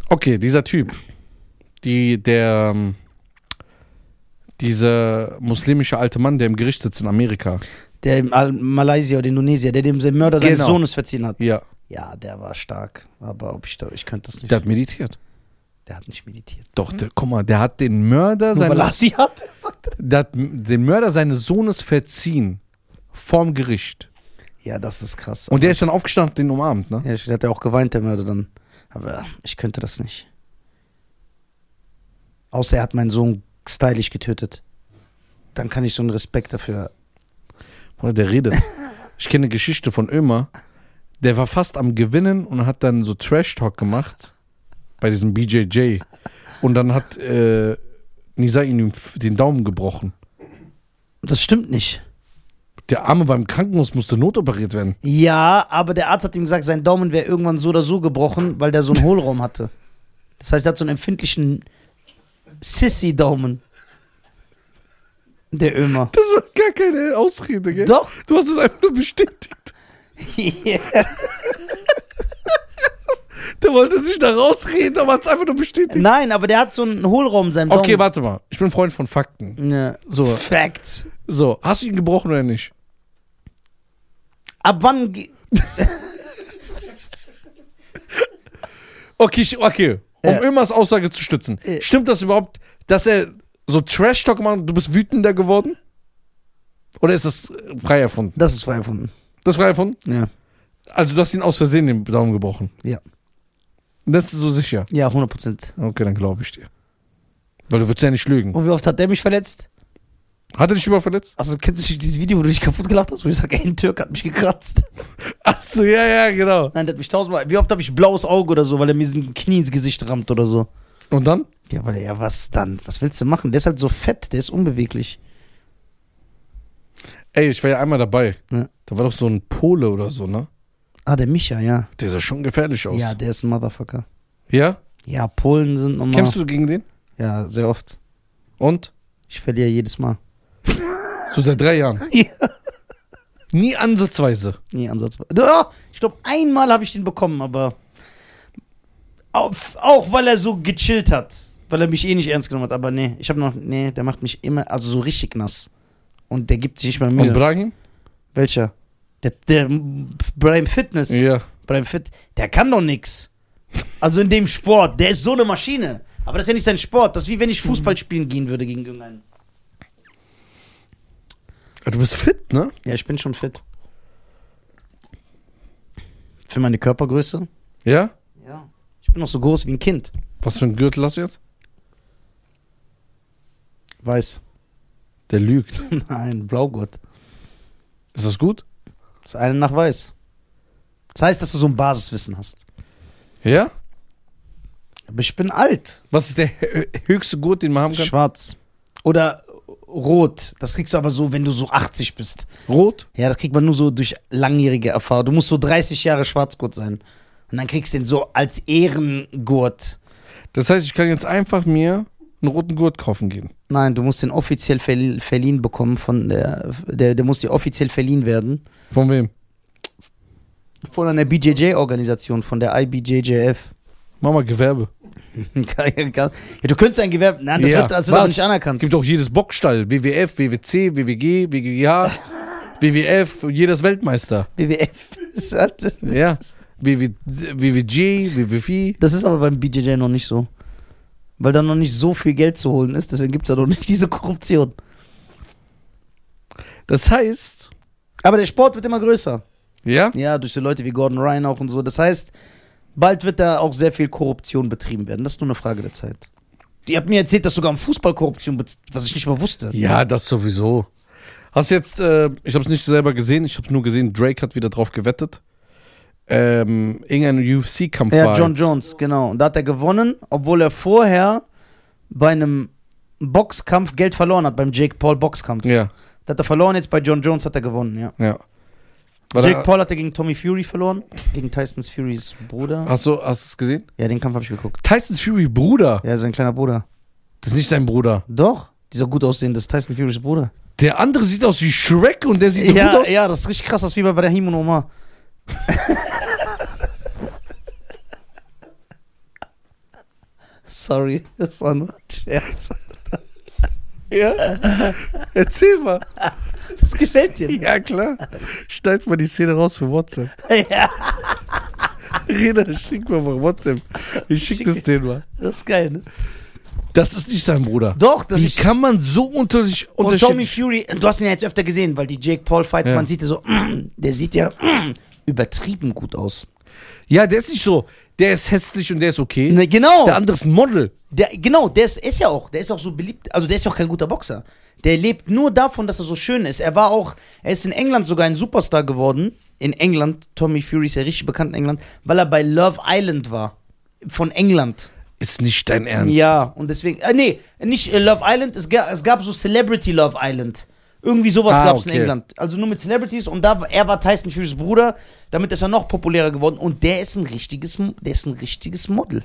Speaker 2: Okay, dieser Typ, die, der, ähm, dieser muslimische alte Mann, der im Gericht sitzt in Amerika.
Speaker 1: Der in Al Malaysia oder Indonesien, der dem den Mörder seines
Speaker 2: Genau.
Speaker 1: Sohnes verziehen hat.
Speaker 2: Ja,
Speaker 1: Ja, der war stark. Aber ob ich da, ich könnte das nicht.
Speaker 2: der hat meditiert.
Speaker 1: der hat nicht meditiert.
Speaker 2: Doch, der, guck mal, der hat den Mörder
Speaker 1: Nur weil er
Speaker 2: seines,
Speaker 1: sie hat, sagt er.
Speaker 2: der hat m- den Mörder seines Sohnes verziehen vorm Gericht.
Speaker 1: Ja, das ist krass.
Speaker 2: Und der ist dann aufgestanden, und den umarmt, ne?
Speaker 1: Ja, ich- der hat ja auch geweint, der Mörder dann. Aber ich könnte das nicht. Außer er hat meinen Sohn stylisch getötet. Dann kann ich so einen Respekt dafür.
Speaker 2: Oder der redet. Ich kenne eine Geschichte von Ömer, der war fast am Gewinnen und hat dann so Trash-Talk gemacht bei diesem BJJ. Und dann hat äh, Nisa ihm den Daumen gebrochen.
Speaker 1: Das stimmt nicht.
Speaker 2: Der Arme war im Krankenhaus, musste notoperiert werden.
Speaker 1: Ja, aber der Arzt hat ihm gesagt, sein Daumen wäre irgendwann so oder so gebrochen, weil der so einen Hohlraum hatte. Das heißt, er hat so einen empfindlichen Sissy-Daumen. Der Ömer.
Speaker 2: Das war gar keine Ausrede, gell?
Speaker 1: Doch.
Speaker 2: Du hast es einfach nur bestätigt. Der wollte sich da rausreden, aber hat es einfach nur bestätigt.
Speaker 1: Nein, aber der hat so einen Hohlraum in seinem Daumen.
Speaker 2: Okay, warte mal. Ich bin Freund von Fakten.
Speaker 1: Ja, so. Facts.
Speaker 2: So, hast du ihn gebrochen oder nicht?
Speaker 1: Ab wann. ge-
Speaker 2: Okay, ich- okay. Um
Speaker 1: Ja.
Speaker 2: Ömers Aussage zu stützen.
Speaker 1: Ja.
Speaker 2: Stimmt das überhaupt, dass er so Trash-Talk macht und du bist wütender geworden? Oder ist das äh, frei erfunden?
Speaker 1: Das ist frei erfunden.
Speaker 2: Das ist frei erfunden?
Speaker 1: Ja.
Speaker 2: Also du hast ihn aus Versehen den Daumen gebrochen.
Speaker 1: Ja.
Speaker 2: Das ist so sicher.
Speaker 1: Ja, 100 Prozent.
Speaker 2: Okay, dann glaube ich dir. Weil du würdest ja nicht lügen.
Speaker 1: Und wie oft hat der mich verletzt?
Speaker 2: Hat er dich überverletzt?
Speaker 1: Also kennst du dieses Video, wo du dich kaputt gelacht hast, wo ich sage, ey, ein Türk hat mich gekratzt?
Speaker 2: Achso, ja, ja, genau.
Speaker 1: Nein, der hat mich tausendmal. Wie oft habe ich blaues Auge oder so, weil er mir sein Knie ins Gesicht rammt oder so?
Speaker 2: Und dann?
Speaker 1: Ja, weil er, ja, was dann? Was willst du machen? Der ist halt so fett, der ist unbeweglich.
Speaker 2: Ey, ich war ja einmal dabei.
Speaker 1: Ja.
Speaker 2: Da war doch so ein Pole oder so, ne?
Speaker 1: Ah, der Micha, ja.
Speaker 2: Der sah schon gefährlich aus.
Speaker 1: Ja, der ist ein Motherfucker.
Speaker 2: ja?
Speaker 1: Ja, Polen sind nochmal.
Speaker 2: Kämpfst du gegen den?
Speaker 1: Ja, sehr oft.
Speaker 2: Und?
Speaker 1: Ich verliere jedes Mal.
Speaker 2: So seit drei Jahren. Nie ansatzweise.
Speaker 1: Nie ansatzweise. Ja, ich glaube, einmal habe ich den bekommen, aber auf, auch weil er so gechillt hat. Weil er mich eh nicht ernst genommen hat. Aber nee, ich habe noch, nee, der macht mich immer, also so richtig nass. Und der gibt sich nicht mal
Speaker 2: Und
Speaker 1: Mühe.
Speaker 2: Brahim?
Speaker 1: Welcher? Der, der Prime Fitness.
Speaker 2: Ja.
Speaker 1: Prime Fit, der kann doch nix. Also in dem Sport, der ist so eine Maschine. Aber das ist ja nicht sein Sport. Das ist wie wenn ich Fußball spielen gehen würde gegen irgendeinen.
Speaker 2: Du bist fit, ne?
Speaker 1: Ja, ich bin schon fit. Für meine Körpergröße?
Speaker 2: Ja?
Speaker 1: Ja. Ich bin noch so groß wie ein Kind.
Speaker 2: Was für ein Gürtel hast du jetzt?
Speaker 1: Weiß.
Speaker 2: Der lügt.
Speaker 1: Nein, Blaugurt.
Speaker 2: Ist das gut?
Speaker 1: Das eine nach weiß. Das heißt, dass du so ein Basiswissen hast.
Speaker 2: Ja?
Speaker 1: Aber ich bin alt.
Speaker 2: Was ist der hö- höchste Gurt, den man haben kann?
Speaker 1: Schwarz. Oder rot. Das kriegst du aber so, wenn du so 80 bist.
Speaker 2: Rot?
Speaker 1: Ja, das kriegt man nur so durch langjährige Erfahrung. Du musst so 30 Jahre Schwarzgurt sein. Und dann kriegst du den so als Ehrengurt.
Speaker 2: Das heißt, ich kann jetzt einfach mir einen roten Gurt kaufen gehen.
Speaker 1: Nein, du musst den offiziell verl- verliehen bekommen von der, der, der muss dir offiziell verliehen werden.
Speaker 2: Von wem?
Speaker 1: Von einer BJJ-Organisation, von der IBJJF.
Speaker 2: Mach mal Gewerbe.
Speaker 1: ja, du könntest ein Gewerbe, nein, das
Speaker 2: Ja,
Speaker 1: wird, das wird aber
Speaker 2: was?
Speaker 1: nicht anerkannt.
Speaker 2: Gibt auch jedes Bockstall. WWF, WWC, WWG, WGH, WWF, jedes Weltmeister.
Speaker 1: WWF. ist halt-
Speaker 2: Ja. WW, WWG, WWV.
Speaker 1: Das ist aber beim BJJ noch nicht so. Weil da noch nicht so viel Geld zu holen ist, deswegen gibt es da noch nicht diese Korruption.
Speaker 2: Das heißt,
Speaker 1: Aber der Sport wird immer größer.
Speaker 2: ja,
Speaker 1: Ja, durch so Leute wie Gordon Ryan auch und so. Das heißt, bald wird da auch sehr viel Korruption betrieben werden. Das ist nur eine Frage der Zeit. Ihr habt mir erzählt, dass sogar im Fußball Korruption, bet- was ich nicht mal wusste.
Speaker 2: ja, das sowieso. Hast jetzt, äh, ich habe es nicht selber gesehen, ich habe nur gesehen, Drake hat wieder drauf gewettet. Ähm, irgendein UFC-Kampf
Speaker 1: Ja,
Speaker 2: war
Speaker 1: John
Speaker 2: jetzt.
Speaker 1: Jones, genau. Und da hat er gewonnen, obwohl er vorher bei einem Boxkampf Geld verloren hat, beim Jake Paul Boxkampf.
Speaker 2: Ja,
Speaker 1: Da hat er verloren, jetzt bei John Jones hat er gewonnen, ja.
Speaker 2: ja. War
Speaker 1: Jake
Speaker 2: da,
Speaker 1: Paul hat er gegen Tommy Fury verloren, gegen Tysons Furys Bruder.
Speaker 2: hast du hast du es gesehen?
Speaker 1: Ja, den Kampf habe ich geguckt.
Speaker 2: Tyson Fury Bruder.
Speaker 1: Ja, sein kleiner Bruder.
Speaker 2: Das ist nicht sein Bruder.
Speaker 1: Doch, dieser gut aussehende ist Tyson Furys Bruder.
Speaker 2: Der andere sieht aus wie Shrek und der sieht
Speaker 1: ja,
Speaker 2: gut aus.
Speaker 1: ja, das ist richtig krass, das ist wie bei Brahim und Omar. Sorry, das war nur ein Scherz.
Speaker 2: Ja. Erzähl mal.
Speaker 1: Das gefällt dir.
Speaker 2: Ja, klar. Schneid mal die Szene raus für WhatsApp.
Speaker 1: Ja,
Speaker 2: Reda, schick mir mal WhatsApp. Ich schick das denen mal.
Speaker 1: das ist geil, ne?
Speaker 2: Das ist nicht sein Bruder.
Speaker 1: Doch, das
Speaker 2: Wie
Speaker 1: ist.
Speaker 2: kann man so unterschiedlich
Speaker 1: Und Tommy
Speaker 2: unterschiedlich?
Speaker 1: Fury, du hast ihn ja jetzt öfter gesehen, weil die Jake Paul Fights,
Speaker 2: Ja.
Speaker 1: man sieht ja so, mm, der sieht ja mm, übertrieben gut aus.
Speaker 2: Ja, der ist nicht so. Der ist hässlich und der ist okay.
Speaker 1: Ne, genau.
Speaker 2: Der andere ist ein Model.
Speaker 1: Der, genau, der ist, ist ja auch, der ist auch so beliebt, also der ist ja auch kein guter Boxer. Der lebt nur davon, dass er so schön ist. Er war auch, er ist in England sogar ein Superstar geworden. In England, Tommy Fury ist ja richtig bekannt in England, weil er bei Love Island war. Von England.
Speaker 2: Ist nicht dein Ernst.
Speaker 1: Ja, und deswegen, äh, nee, nicht äh, Love Island, es, ga, es gab so Celebrity Love Island. Irgendwie sowas
Speaker 2: Ah,
Speaker 1: gab es in
Speaker 2: okay.
Speaker 1: England. Also nur mit Celebrities und da, er war Tyson Furys Bruder, damit ist er noch populärer geworden und der ist ein richtiges, der ist ein richtiges Model.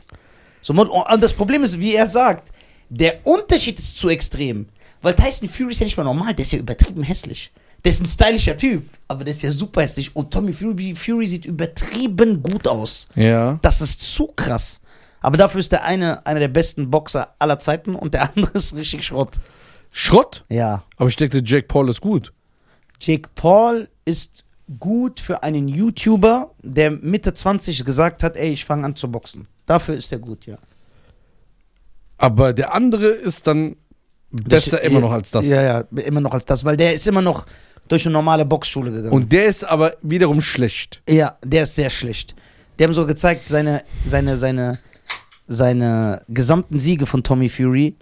Speaker 1: So, Mod- und das Problem ist, wie er sagt, der Unterschied ist zu extrem. Weil Tyson Fury ist ja nicht mal normal, der ist ja übertrieben hässlich. Der ist ein stylischer Typ, aber der ist ja super hässlich. Und Tommy Fury, Fury sieht übertrieben gut aus.
Speaker 2: Ja.
Speaker 1: Das ist zu krass. Aber dafür ist der eine einer der besten Boxer aller Zeiten und der andere ist richtig Schrott.
Speaker 2: Schrott.
Speaker 1: Ja.
Speaker 2: Aber ich denke, Jack Paul ist gut.
Speaker 1: Jake Paul ist gut für einen YouTuber, der Mitte 20 gesagt hat, ey, ich fange an zu boxen. Dafür ist er gut, ja.
Speaker 2: Aber der andere ist dann besser immer noch als das.
Speaker 1: Ja, ja, immer noch als das, weil der ist immer noch durch eine normale Boxschule gegangen.
Speaker 2: Und der ist aber wiederum schlecht.
Speaker 1: ja, der ist sehr schlecht. Die haben so gezeigt, seine, seine, seine, seine gesamten Siege von Tommy Fury,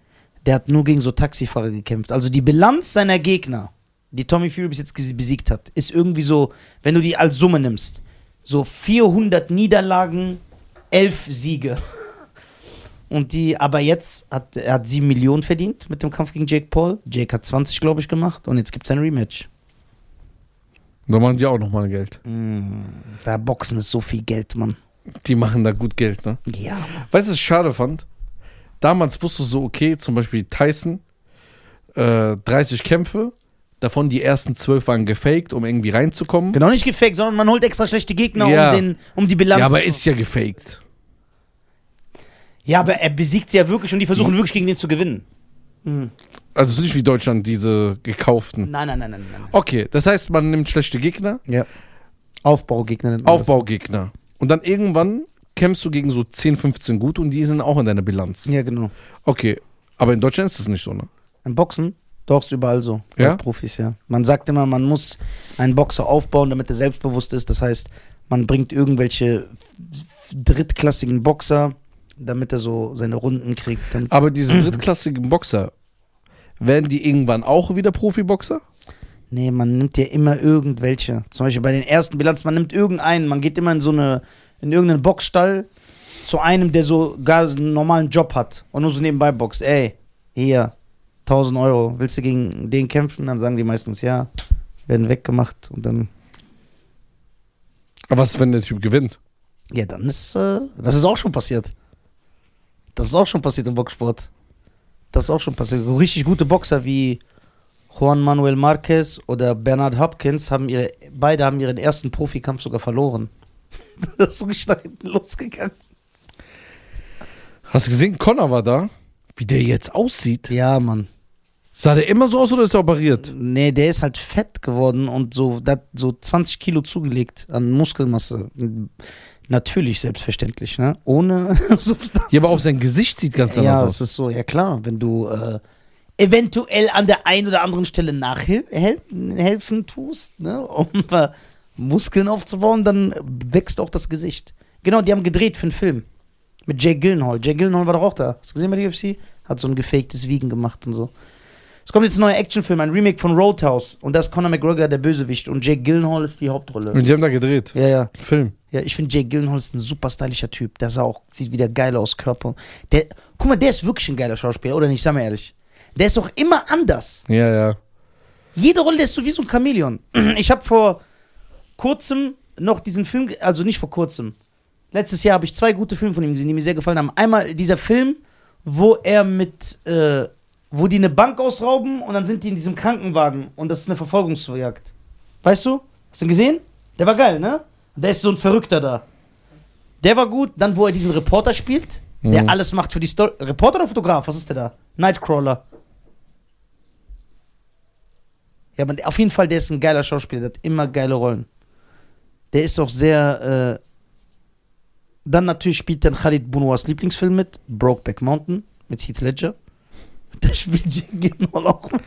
Speaker 1: der hat nur gegen so Taxifahrer gekämpft. Also die Bilanz seiner Gegner, die Tommy Fury bis jetzt ges- besiegt hat, ist irgendwie so, wenn du die als Summe nimmst, so 400 Niederlagen, 11 Siege. Und die, aber jetzt hat er hat 7 Millionen verdient mit dem Kampf gegen Jake Paul. Jake hat 20, glaube ich, gemacht und jetzt gibt es ein Rematch.
Speaker 2: Da machen die auch nochmal Geld.
Speaker 1: Mhm. Da Boxen ist so viel Geld, Mann.
Speaker 2: Die machen da gut Geld, ne?
Speaker 1: Ja, Mann.
Speaker 2: Weißt du, was ich schade fand? Damals wusstest du so, okay, zum Beispiel Tyson, äh, 30 Kämpfe, davon die ersten 12 waren gefaked, um irgendwie reinzukommen.
Speaker 1: Genau nicht gefaked, sondern man holt extra schlechte Gegner,
Speaker 2: Ja.
Speaker 1: um, den, um die Bilanz
Speaker 2: Ja, aber
Speaker 1: zu-
Speaker 2: ist ja gefaked.
Speaker 1: Ja, aber er besiegt sie ja wirklich und die versuchen wirklich gegen den zu gewinnen.
Speaker 2: Also es ist nicht wie Deutschland, diese gekauften.
Speaker 1: Nein, nein, nein, nein. nein.
Speaker 2: Okay, das heißt, man nimmt schlechte Gegner,
Speaker 1: Ja. Aufbaugegner nennt man
Speaker 2: Aufbaugegner. Und dann irgendwann kämpfst du gegen so 10, 15 gut und die sind auch in deiner Bilanz.
Speaker 1: Das. Ja, genau.
Speaker 2: Okay, aber in Deutschland ist das nicht so, ne?
Speaker 1: Im Boxen? Doch, ist überall so.
Speaker 2: Ja?
Speaker 1: Bei Profis, ja. Man sagt immer, man muss einen Boxer aufbauen, damit er selbstbewusst ist. Das heißt, man bringt irgendwelche f- drittklassigen Boxer, damit er so seine Runden kriegt. Damit
Speaker 2: Aber diese drittklassigen Boxer, werden die irgendwann auch wieder Profiboxer?
Speaker 1: Nee, man nimmt ja immer irgendwelche. Zum Beispiel bei den ersten Bilanzen, man nimmt irgendeinen. Man geht immer in so eine, in irgendeinen Boxstall zu einem, der so gar so einen normalen Job hat und nur so nebenbei boxt. Ey, hier, 1000 Euro, willst du gegen den kämpfen? Dann sagen die meistens ja, werden weggemacht und dann,
Speaker 2: Aber was, wenn der Typ gewinnt?
Speaker 1: ja, dann ist, äh, das ist auch schon passiert. Das ist auch schon passiert im Boxsport. Das ist auch schon passiert. Richtig gute Boxer wie Juan Manuel Marquez oder Bernard Hopkins haben ihre, beide haben ihren ersten Profikampf sogar verloren. Das ist richtig nach hinten losgegangen.
Speaker 2: Hast du gesehen, Connor war da? Wie der jetzt aussieht?
Speaker 1: Ja, Mann.
Speaker 2: Sah der immer so aus oder ist er operiert?
Speaker 1: Nee, der ist halt fett geworden und so, der hat so 20 Kilo zugelegt an Muskelmasse. Natürlich, selbstverständlich, ne? Ohne Substanz.
Speaker 2: Ja, aber auch sein Gesicht sieht ganz anders
Speaker 1: Ja,
Speaker 2: aus.
Speaker 1: das ist so, ja klar, wenn du äh, eventuell an der einen oder anderen Stelle nachhelfen tust, ne, um äh, Muskeln aufzubauen, dann wächst auch das Gesicht. Genau, die haben gedreht für einen Film mit Jake Gyllenhaal. Jake Gyllenhaal war doch auch da. Hast du gesehen bei der UFC? Hat so ein gefaktes Wiegen gemacht und so. Es kommt jetzt ein neuer Actionfilm, ein Remake von Roadhouse und da ist Conor McGregor der Bösewicht und Jake Gyllenhaal ist die Hauptrolle.
Speaker 2: Und die haben da gedreht.
Speaker 1: Ja, ja.
Speaker 2: Film.
Speaker 1: Ja, ich finde Jake Gyllenhaal ist ein super stylischer Typ. Der sah auch, sieht wieder geil aus, Körper. Der, guck mal, der ist wirklich ein geiler Schauspieler, oder nicht? Sag mal ehrlich. Der ist auch immer anders.
Speaker 2: Ja, ja.
Speaker 1: Jede Rolle ist so wie so ein Chamäleon. Ich habe vor kurzem noch diesen Film, ge- also nicht vor kurzem. Letztes Jahr habe ich zwei gute Filme von ihm gesehen, die mir sehr gefallen haben. Einmal dieser Film, wo er mit, äh, wo die eine Bank ausrauben und dann sind die in diesem Krankenwagen und das ist eine Verfolgungsjagd. Weißt du? Hast du ihn gesehen? Der war geil, ne? Da ist so ein Verrückter da. Der war gut. Dann, wo er diesen Reporter spielt, der
Speaker 2: Mhm.
Speaker 1: alles macht für die Story. Reporter oder Fotograf? Was ist der da? Nightcrawler. Ja, aber auf jeden Fall, der ist ein geiler Schauspieler. Der hat immer geile Rollen. Der ist auch sehr. Äh, dann natürlich spielt dann Khalid Bunwas Lieblingsfilm mit, Brokeback Mountain, mit Heath Ledger. Da spielt Jake Gyllenhaal auch mit.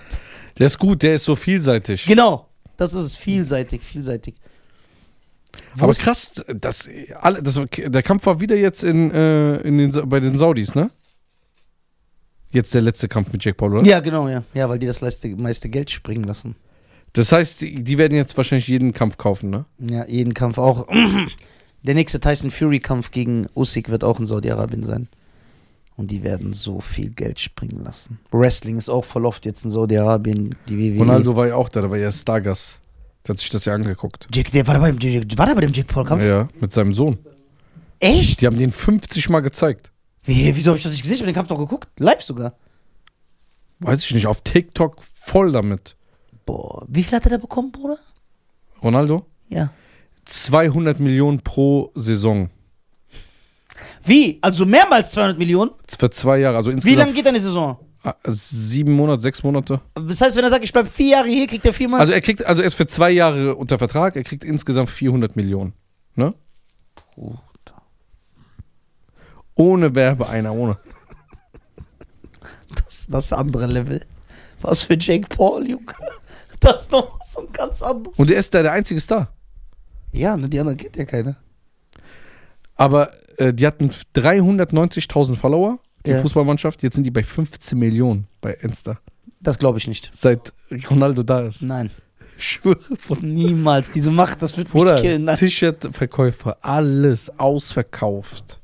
Speaker 2: Der ist gut, der ist so vielseitig.
Speaker 1: Genau, das ist es, vielseitig, vielseitig. Wo
Speaker 2: aber
Speaker 1: ist-
Speaker 2: krass, das, alle, das, der Kampf war wieder jetzt in, äh, in den, Sa- bei den Saudis, ne? Jetzt der letzte Kampf mit Jake Paul, oder?
Speaker 1: Ja, genau, ja. Ja, weil die das meiste, meiste Geld springen lassen.
Speaker 2: Das heißt, die, die werden jetzt wahrscheinlich jeden Kampf kaufen, ne?
Speaker 1: Ja, jeden Kampf auch. Der nächste Tyson Fury-Kampf gegen Usyk wird auch in Saudi-Arabien sein. Und die werden so viel Geld springen lassen. Wrestling ist auch voll oft jetzt in Saudi-Arabien. Die E. WWE.
Speaker 2: Ronaldo war ja auch da, der war ja Stargast. Der hat sich das ja angeguckt.
Speaker 1: Jake, der war da bei dem, Jake- war der bei dem Jake Paul-Kampf?
Speaker 2: Ja, mit seinem Sohn.
Speaker 1: Echt?
Speaker 2: Die haben den 50 Mal gezeigt.
Speaker 1: Wie, wieso habe ich das nicht gesehen? Ich habe den Kampf doch geguckt. Live sogar.
Speaker 2: Weiß ich nicht, auf TikTok voll damit.
Speaker 1: Boah, wie viel hat er da bekommen, Bruder?
Speaker 2: Ronaldo?
Speaker 1: Ja.
Speaker 2: 200 Millionen pro Saison.
Speaker 1: Wie? Also mehrmals 200 Millionen?
Speaker 2: Für zwei Jahre, also
Speaker 1: Wie lange
Speaker 2: insgesamt
Speaker 1: geht deine Saison?
Speaker 2: äh, sieben Monate, sechs Monate.
Speaker 1: Das heißt, wenn er sagt, ich bleibe vier Jahre hier, kriegt er viermal.
Speaker 2: Also er kriegt, also er ist für zwei Jahre unter Vertrag, er kriegt insgesamt 400 Millionen. Ne?
Speaker 1: Oh,
Speaker 2: Ohne Werbe, einer ohne.
Speaker 1: das, das andere Level. Was für Jake Paul, Junge. Das ist noch so ein ganz anderes.
Speaker 2: Und er ist da der einzige Star.
Speaker 1: ja, ne, die anderen kennt ja keiner.
Speaker 2: Aber äh, die hatten 390.000 Follower, die
Speaker 1: Ja.
Speaker 2: Fußballmannschaft. Jetzt sind die bei 15 Millionen bei Insta.
Speaker 1: Das glaube ich nicht.
Speaker 2: Seit Ronaldo da ist.
Speaker 1: Nein.
Speaker 2: Schwöre von
Speaker 1: Niemals. Diese Macht, das wird mich
Speaker 2: Bruder,
Speaker 1: killen. Nein.
Speaker 2: T-Shirt-Verkäufer, alles ausverkauft.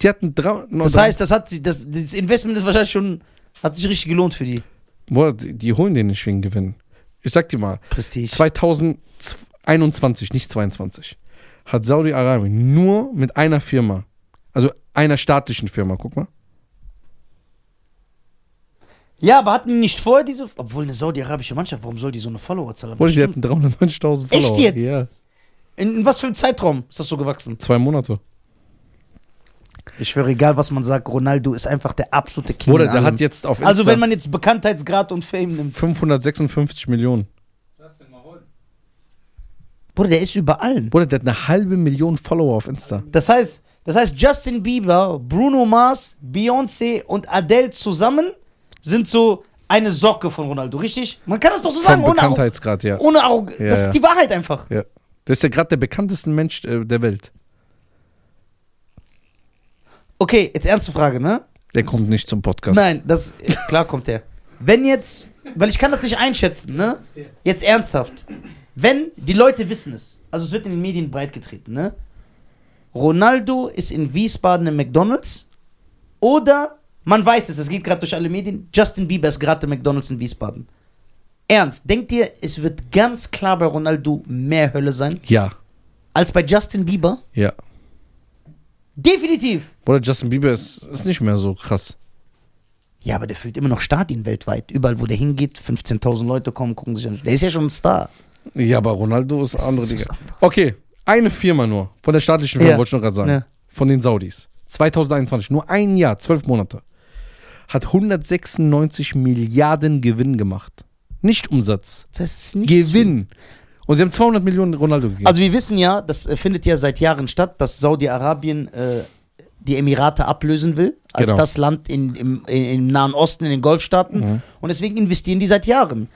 Speaker 2: Die hatten 390.
Speaker 1: Das heißt, das hat sie, das, das Investment ist wahrscheinlich schon, hat sich richtig gelohnt für die.
Speaker 2: Boah, die, die holen den nicht wegen Gewinn. ich sag dir mal,
Speaker 1: Prestige.
Speaker 2: 2021, nicht 22, hat Saudi-Arabien nur mit einer Firma, also einer staatlichen Firma, guck mal,
Speaker 1: Ja, aber hatten die nicht vorher diese. Obwohl eine saudi-arabische Mannschaft, warum soll die so eine Followerzahl haben?
Speaker 2: Wollte die
Speaker 1: Stimmt.
Speaker 2: hatten 390.000
Speaker 1: Echt
Speaker 2: Follower.
Speaker 1: jetzt?
Speaker 2: Ja,
Speaker 1: In, in was für einem Zeitraum ist das so gewachsen?
Speaker 2: zwei Monate.
Speaker 1: Ich schwöre, egal was man sagt, Ronaldo ist einfach der absolute King.
Speaker 2: Bruder,
Speaker 1: in
Speaker 2: der
Speaker 1: allem.
Speaker 2: hat jetzt auf Insta
Speaker 1: also, wenn man jetzt Bekanntheitsgrad und Fame nimmt.
Speaker 2: 556 Millionen.
Speaker 3: Lass den mal holen.
Speaker 1: Bruder, der ist über allen.
Speaker 2: Bruder, der hat eine halbe Million Follower auf Insta.
Speaker 1: Das heißt, das heißt, Justin Bieber, Bruno Mars, Beyoncé und Adele zusammen sind so eine Socke von Ronaldo, richtig? Man kann das doch so
Speaker 2: Vom
Speaker 1: sagen, ohne Arro-
Speaker 2: Bekanntheitsgrad, ja.
Speaker 1: Ohne Arroganz.
Speaker 2: Ja,
Speaker 1: das
Speaker 2: ja.
Speaker 1: ist die Wahrheit einfach.
Speaker 2: ja. Der ist ja gerade der bekannteste Mensch äh, der Welt.
Speaker 1: Okay, jetzt ernste Frage, ne?
Speaker 2: Der kommt nicht zum Podcast.
Speaker 1: Nein, das klar kommt er. Wenn jetzt, weil ich kann das nicht einschätzen, ne? Jetzt ernsthaft. Wenn die Leute wissen es, also es wird in den Medien breitgetreten, ne? Ronaldo ist in Wiesbaden im McDonald's oder man weiß es, es geht gerade durch alle Medien, Justin Bieber ist gerade im McDonald's in Wiesbaden. Ernst, denkt ihr, es wird ganz klar bei Ronaldo mehr Hölle sein
Speaker 2: Ja,
Speaker 1: als bei Justin Bieber?
Speaker 2: ja.
Speaker 1: Definitiv.
Speaker 2: Bruder, Justin Bieber ist, ist nicht mehr so krass.
Speaker 1: Ja, aber der füllt immer noch Stadien weltweit. Überall, wo der hingeht, 15.000 Leute kommen, gucken sich an. Der ist ja schon ein Star.
Speaker 2: Ja, aber Ronaldo ist eine andere
Speaker 1: ist
Speaker 2: Liga.
Speaker 1: was anderes.
Speaker 2: Okay, eine Firma nur. Von der staatlichen Firma
Speaker 1: Ja.
Speaker 2: wollte ich noch gerade sagen.
Speaker 1: Ja.
Speaker 2: Von den Saudis. 2021, nur ein Jahr, zwölf Monate. Hat 196 Milliarden Gewinn gemacht. Nicht Umsatz.
Speaker 1: Das ist nicht
Speaker 2: Gewinn. Und sie haben 200 Millionen Ronaldo gegeben.
Speaker 1: Also wir wissen ja, das äh, findet ja seit Jahren statt, dass Saudi-Arabien äh, die Emirate ablösen will, als
Speaker 2: Genau.
Speaker 1: das Land in, im, äh, im Nahen Osten, in den Golfstaaten.
Speaker 2: Mhm.
Speaker 1: Und deswegen investieren die seit Jahren.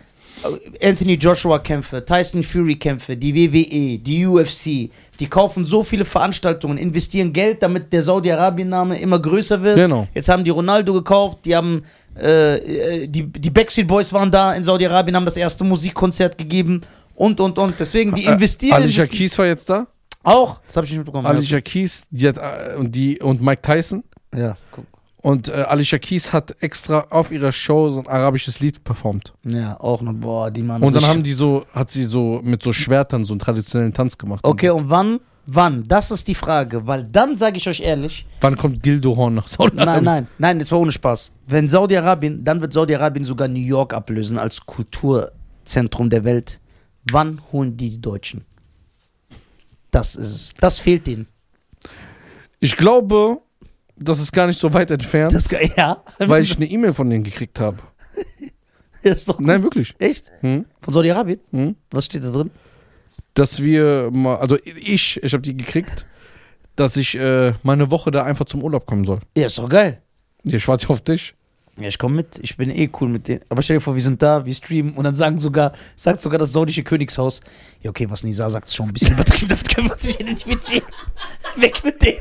Speaker 1: Äh, Anthony Joshua-Kämpfe, Tyson Fury-Kämpfe, die WWE, die UFC, die kaufen so viele Veranstaltungen, investieren Geld, damit der Saudi-Arabien-Name immer größer wird.
Speaker 2: Genau.
Speaker 1: Jetzt haben die Ronaldo gekauft, die haben äh, äh, die, die Backstreet Boys waren da in Saudi-Arabien, haben das erste Musikkonzert gegeben und und und. Deswegen, die
Speaker 2: Äh,
Speaker 1: investieren.
Speaker 2: Alicia
Speaker 1: investieren-
Speaker 2: Keys war jetzt da.
Speaker 1: Auch? Das habe ich nicht mitbekommen.
Speaker 2: Alicia Keys die hat, äh, und, die, und Mike Tyson.
Speaker 1: Ja, guck.
Speaker 2: Und äh, Alicia Keys hat extra auf ihrer Show so ein arabisches Lied performt.
Speaker 1: Ja, auch noch. Boah, die Mann.
Speaker 2: Und dann haben die so, hat sie so mit so Schwertern so einen traditionellen Tanz gemacht.
Speaker 1: Okay, und wann? Wann? Das ist die Frage, weil dann sage ich euch ehrlich,
Speaker 2: Wann kommt Dildohorn nach
Speaker 1: nein,
Speaker 2: Saudi-Arabien?
Speaker 1: nein, nein, das war ohne Spaß. Wenn Saudi-Arabien, dann wird Saudi-Arabien sogar New York ablösen als Kulturzentrum der Welt. Wann holen die die Deutschen? Das ist es. Das fehlt denen.
Speaker 2: Ich glaube, das ist gar nicht so weit entfernt,
Speaker 1: Das, ja,
Speaker 2: weil ich eine E-Mail von denen gekriegt habe.
Speaker 1: das ist doch gut.
Speaker 2: Nein, wirklich.
Speaker 1: Echt?
Speaker 2: Hm?
Speaker 1: Von Saudi-Arabien?
Speaker 2: Hm?
Speaker 1: Was steht da drin?
Speaker 2: Dass wir mal, also ich, ich habe die gekriegt, dass ich äh, mal eine Woche da einfach zum Urlaub kommen soll.
Speaker 1: Ja, ist doch geil.
Speaker 2: Ich warte auf dich.
Speaker 1: Ja, ich komme mit. Ich bin eh cool mit denen. Aber stell dir vor, wir sind da, wir streamen und dann sagen sogar, sagt sogar das saudische Königshaus, ja okay, was Nisa sagt, ist schon ein bisschen übertrieben, damit können wir uns nicht identifizieren. Weg mit dem.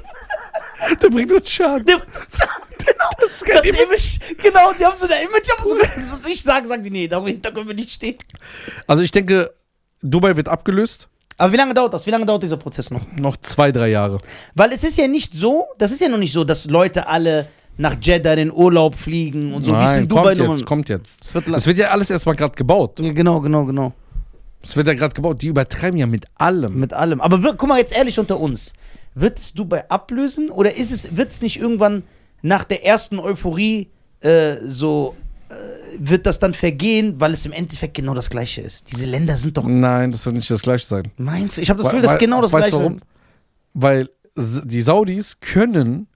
Speaker 2: Der bringt uns Schaden.
Speaker 1: Der- genau, das, Image. Genau, die haben so ein Image, aber so, was ich sage, sagen die, nee, dahinter können wir nicht stehen.
Speaker 2: Also ich denke, Dubai wird abgelöst.
Speaker 1: Aber wie lange dauert das? Wie lange dauert dieser Prozess noch?
Speaker 2: Noch zwei, drei Jahre.
Speaker 1: Weil es ist ja nicht so, das ist ja noch nicht so, dass Leute alle nach Jeddah in den Urlaub fliegen und so. wie es in Dubai
Speaker 2: kommt
Speaker 1: nochmal-
Speaker 2: jetzt, kommt jetzt.
Speaker 1: Es wird lang-
Speaker 2: Es wird ja alles erstmal gerade gebaut.
Speaker 1: Ja, genau, genau, genau.
Speaker 2: Es wird ja gerade gebaut. Die übertreiben ja mit allem.
Speaker 1: Mit allem. Aber wir, guck mal jetzt ehrlich unter uns. Wird es Dubai ablösen oder ist es, wird es nicht irgendwann nach der ersten Euphorie äh, so, äh, wird das dann vergehen, weil es im Endeffekt genau das gleiche ist? Diese Länder sind doch.
Speaker 2: Nein, das wird nicht das gleiche sein.
Speaker 1: Meinst du? Ich habe das
Speaker 2: Weil-
Speaker 1: Gefühl, das ist
Speaker 2: weil-
Speaker 1: genau das
Speaker 2: weißt
Speaker 1: gleiche.
Speaker 2: du warum? Weil S- die Saudis können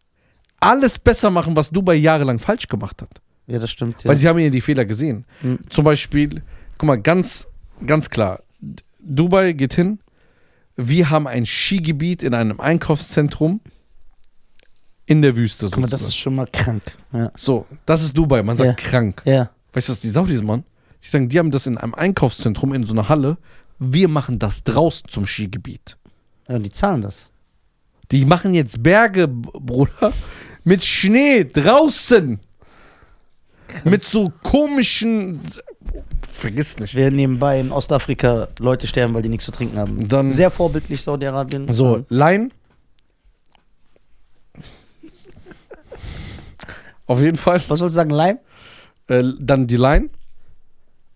Speaker 2: alles besser machen, was Dubai jahrelang falsch gemacht hat.
Speaker 1: Ja, Hm. das stimmt.
Speaker 2: Weil sie haben ja die Fehler gesehen. Zum Beispiel, guck mal, ganz, ganz klar, D- Dubai geht hin, wir haben ein Skigebiet in einem Einkaufszentrum in der Wüste
Speaker 1: Guck mal,
Speaker 2: sozusagen.
Speaker 1: das ist schon mal krank. Ja.
Speaker 2: so, das ist Dubai, man sagt krank.
Speaker 1: ja.
Speaker 2: Weißt du, was die Saudis machen? Die sagen, die haben das in einem Einkaufszentrum, in so einer Halle, wir machen das draußen zum Skigebiet.
Speaker 1: Ja, und die zahlen das.
Speaker 2: Die machen jetzt Berge, B- Bruder, mit Schnee draußen. Mit so komischen. Vergiss nicht.
Speaker 1: Wir nebenbei in Ostafrika Leute sterben, weil die nichts zu trinken haben.
Speaker 2: Dann-
Speaker 1: Sehr vorbildlich Saudi-Arabien.
Speaker 2: So, Line. Auf jeden Fall.
Speaker 1: Was sollst du sagen, Leim?
Speaker 2: Äh, dann die Line.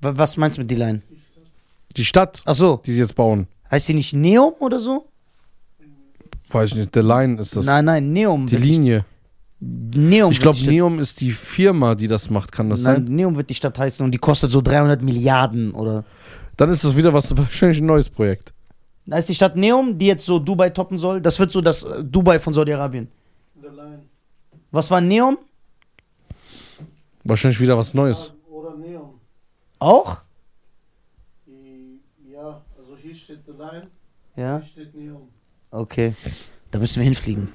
Speaker 1: Wa- Was meinst du mit die Line?
Speaker 2: die Stadt,
Speaker 1: Ach so,
Speaker 2: die sie jetzt bauen.
Speaker 1: heißt die nicht Neum oder so?
Speaker 2: Weiß ich nicht, The Line ist das.
Speaker 1: nein, nein, Neum.
Speaker 2: die
Speaker 1: wird
Speaker 2: Linie.
Speaker 1: die- Neum.
Speaker 2: Ich
Speaker 1: wird
Speaker 2: glaube,
Speaker 1: die Stadt-
Speaker 2: Neum ist die Firma, die das macht, kann das
Speaker 1: Nein,
Speaker 2: sein?
Speaker 1: Neum wird die Stadt heißen und die kostet so 300 Milliarden oder.
Speaker 2: Dann ist das wieder was wahrscheinlich ein neues Projekt.
Speaker 1: Da ist die Stadt Neum, die jetzt so Dubai toppen soll. Das wird so das äh, Dubai von Saudi-Arabien.
Speaker 4: The Line.
Speaker 1: Was war Neum?
Speaker 2: Wahrscheinlich wieder was Neues.
Speaker 4: Oder Neon.
Speaker 1: Auch?
Speaker 4: Die, ja, also hier steht The Line,
Speaker 1: Ja.
Speaker 4: hier steht Neon.
Speaker 1: Okay. Da müssen wir hinfliegen.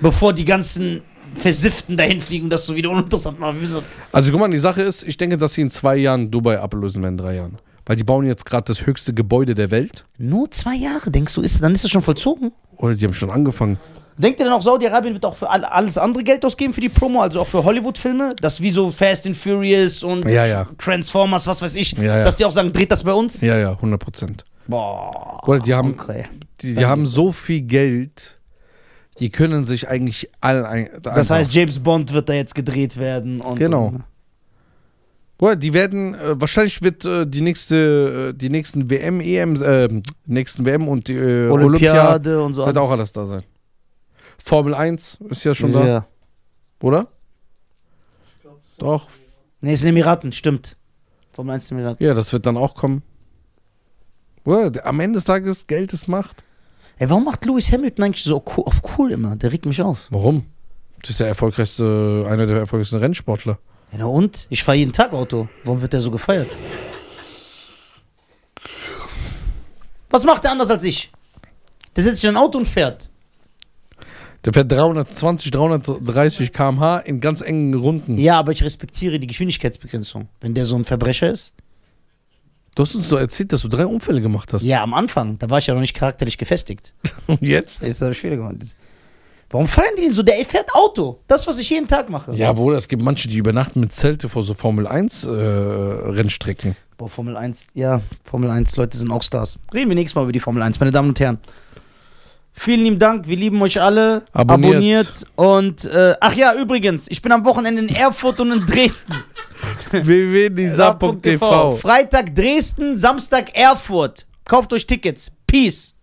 Speaker 1: Bevor die ganzen Versifften dahin fliegen, um das so wieder uninteressant machen müssen.
Speaker 2: Also guck mal, die Sache ist, ich denke, dass sie in zwei Jahren Dubai ablösen werden, drei Jahren. Weil die bauen jetzt gerade das höchste Gebäude der Welt.
Speaker 1: Nur zwei Jahre, denkst du, ist, dann ist das schon vollzogen?
Speaker 2: Oder die haben schon angefangen.
Speaker 1: Denkt ihr denn auch, Saudi-Arabien wird auch für all- alles andere Geld ausgeben für die Promo, also auch für Hollywood-Filme? Das wie so Fast and Furious und
Speaker 2: Ja, ja.
Speaker 1: Transformers, was weiß ich,
Speaker 2: Ja, ja.
Speaker 1: dass die auch sagen, dreht das bei uns?
Speaker 2: Ja, ja, 100 Prozent.
Speaker 1: Boah.
Speaker 2: Oder die haben,
Speaker 1: Okay.
Speaker 2: die, die haben so viel Geld, die können sich eigentlich alle ein.
Speaker 1: Das
Speaker 2: einfach-
Speaker 1: heißt, James Bond wird da jetzt gedreht werden. Und
Speaker 2: Genau.
Speaker 1: Und,
Speaker 2: Boah, die werden, äh, wahrscheinlich wird äh, die nächste, äh, die nächsten WM, EM, äh, nächsten WM und die äh, Olympia
Speaker 1: Olympiade und so.
Speaker 2: wird auch alles da sein. Formel 1 ist ja schon da,
Speaker 1: Ja.
Speaker 2: oder?
Speaker 4: Ich glaube, das
Speaker 2: Doch.
Speaker 1: Nee, ist in den Emiraten, stimmt. Vom 1. Emiraten.
Speaker 2: Ja, das wird dann auch kommen. Boah, d- am Ende des Tages, Geld ist Macht.
Speaker 1: Ey, warum macht Lewis Hamilton eigentlich so cool, auf cool immer? Der regt mich auf.
Speaker 2: Warum? Das ist der erfolgreichste, einer der erfolgreichsten Rennsportler.
Speaker 1: Ja, na Genau, und? Ich fahre jeden Tag Auto. Warum wird der so gefeiert? Was macht der anders als ich? Der setzt sich in ein Auto und fährt.
Speaker 2: Der fährt 320, 330 km/h in ganz engen Runden.
Speaker 1: Ja, aber ich respektiere die Geschwindigkeitsbegrenzung. Wenn der so ein Verbrecher ist.
Speaker 2: Du hast uns doch erzählt, dass du drei Unfälle gemacht hast.
Speaker 1: Ja, am Anfang. Da war ich ja noch nicht charakterlich gefestigt.
Speaker 2: Und jetzt?
Speaker 1: Jetzt habe ich Fehler gemacht. Warum feiern die denn so? Der fährt Auto. Das, was ich jeden Tag mache.
Speaker 2: Ja, Bruder, es gibt manche, die übernachten mit Zelte vor so Formel 1 äh, Rennstrecken.
Speaker 1: Boah, Formel 1, ja, Formel 1, Leute sind auch Stars. Reden wir nächstes Mal über die Formel 1, meine Damen und Herren. Vielen lieben Dank, wir lieben euch alle.
Speaker 2: Abonniert.
Speaker 1: Abonniert und, äh, ach ja, übrigens, ich bin am Wochenende in Erfurt und in Dresden. Freitag Dresden, Samstag Erfurt. Kauft euch Tickets. Peace.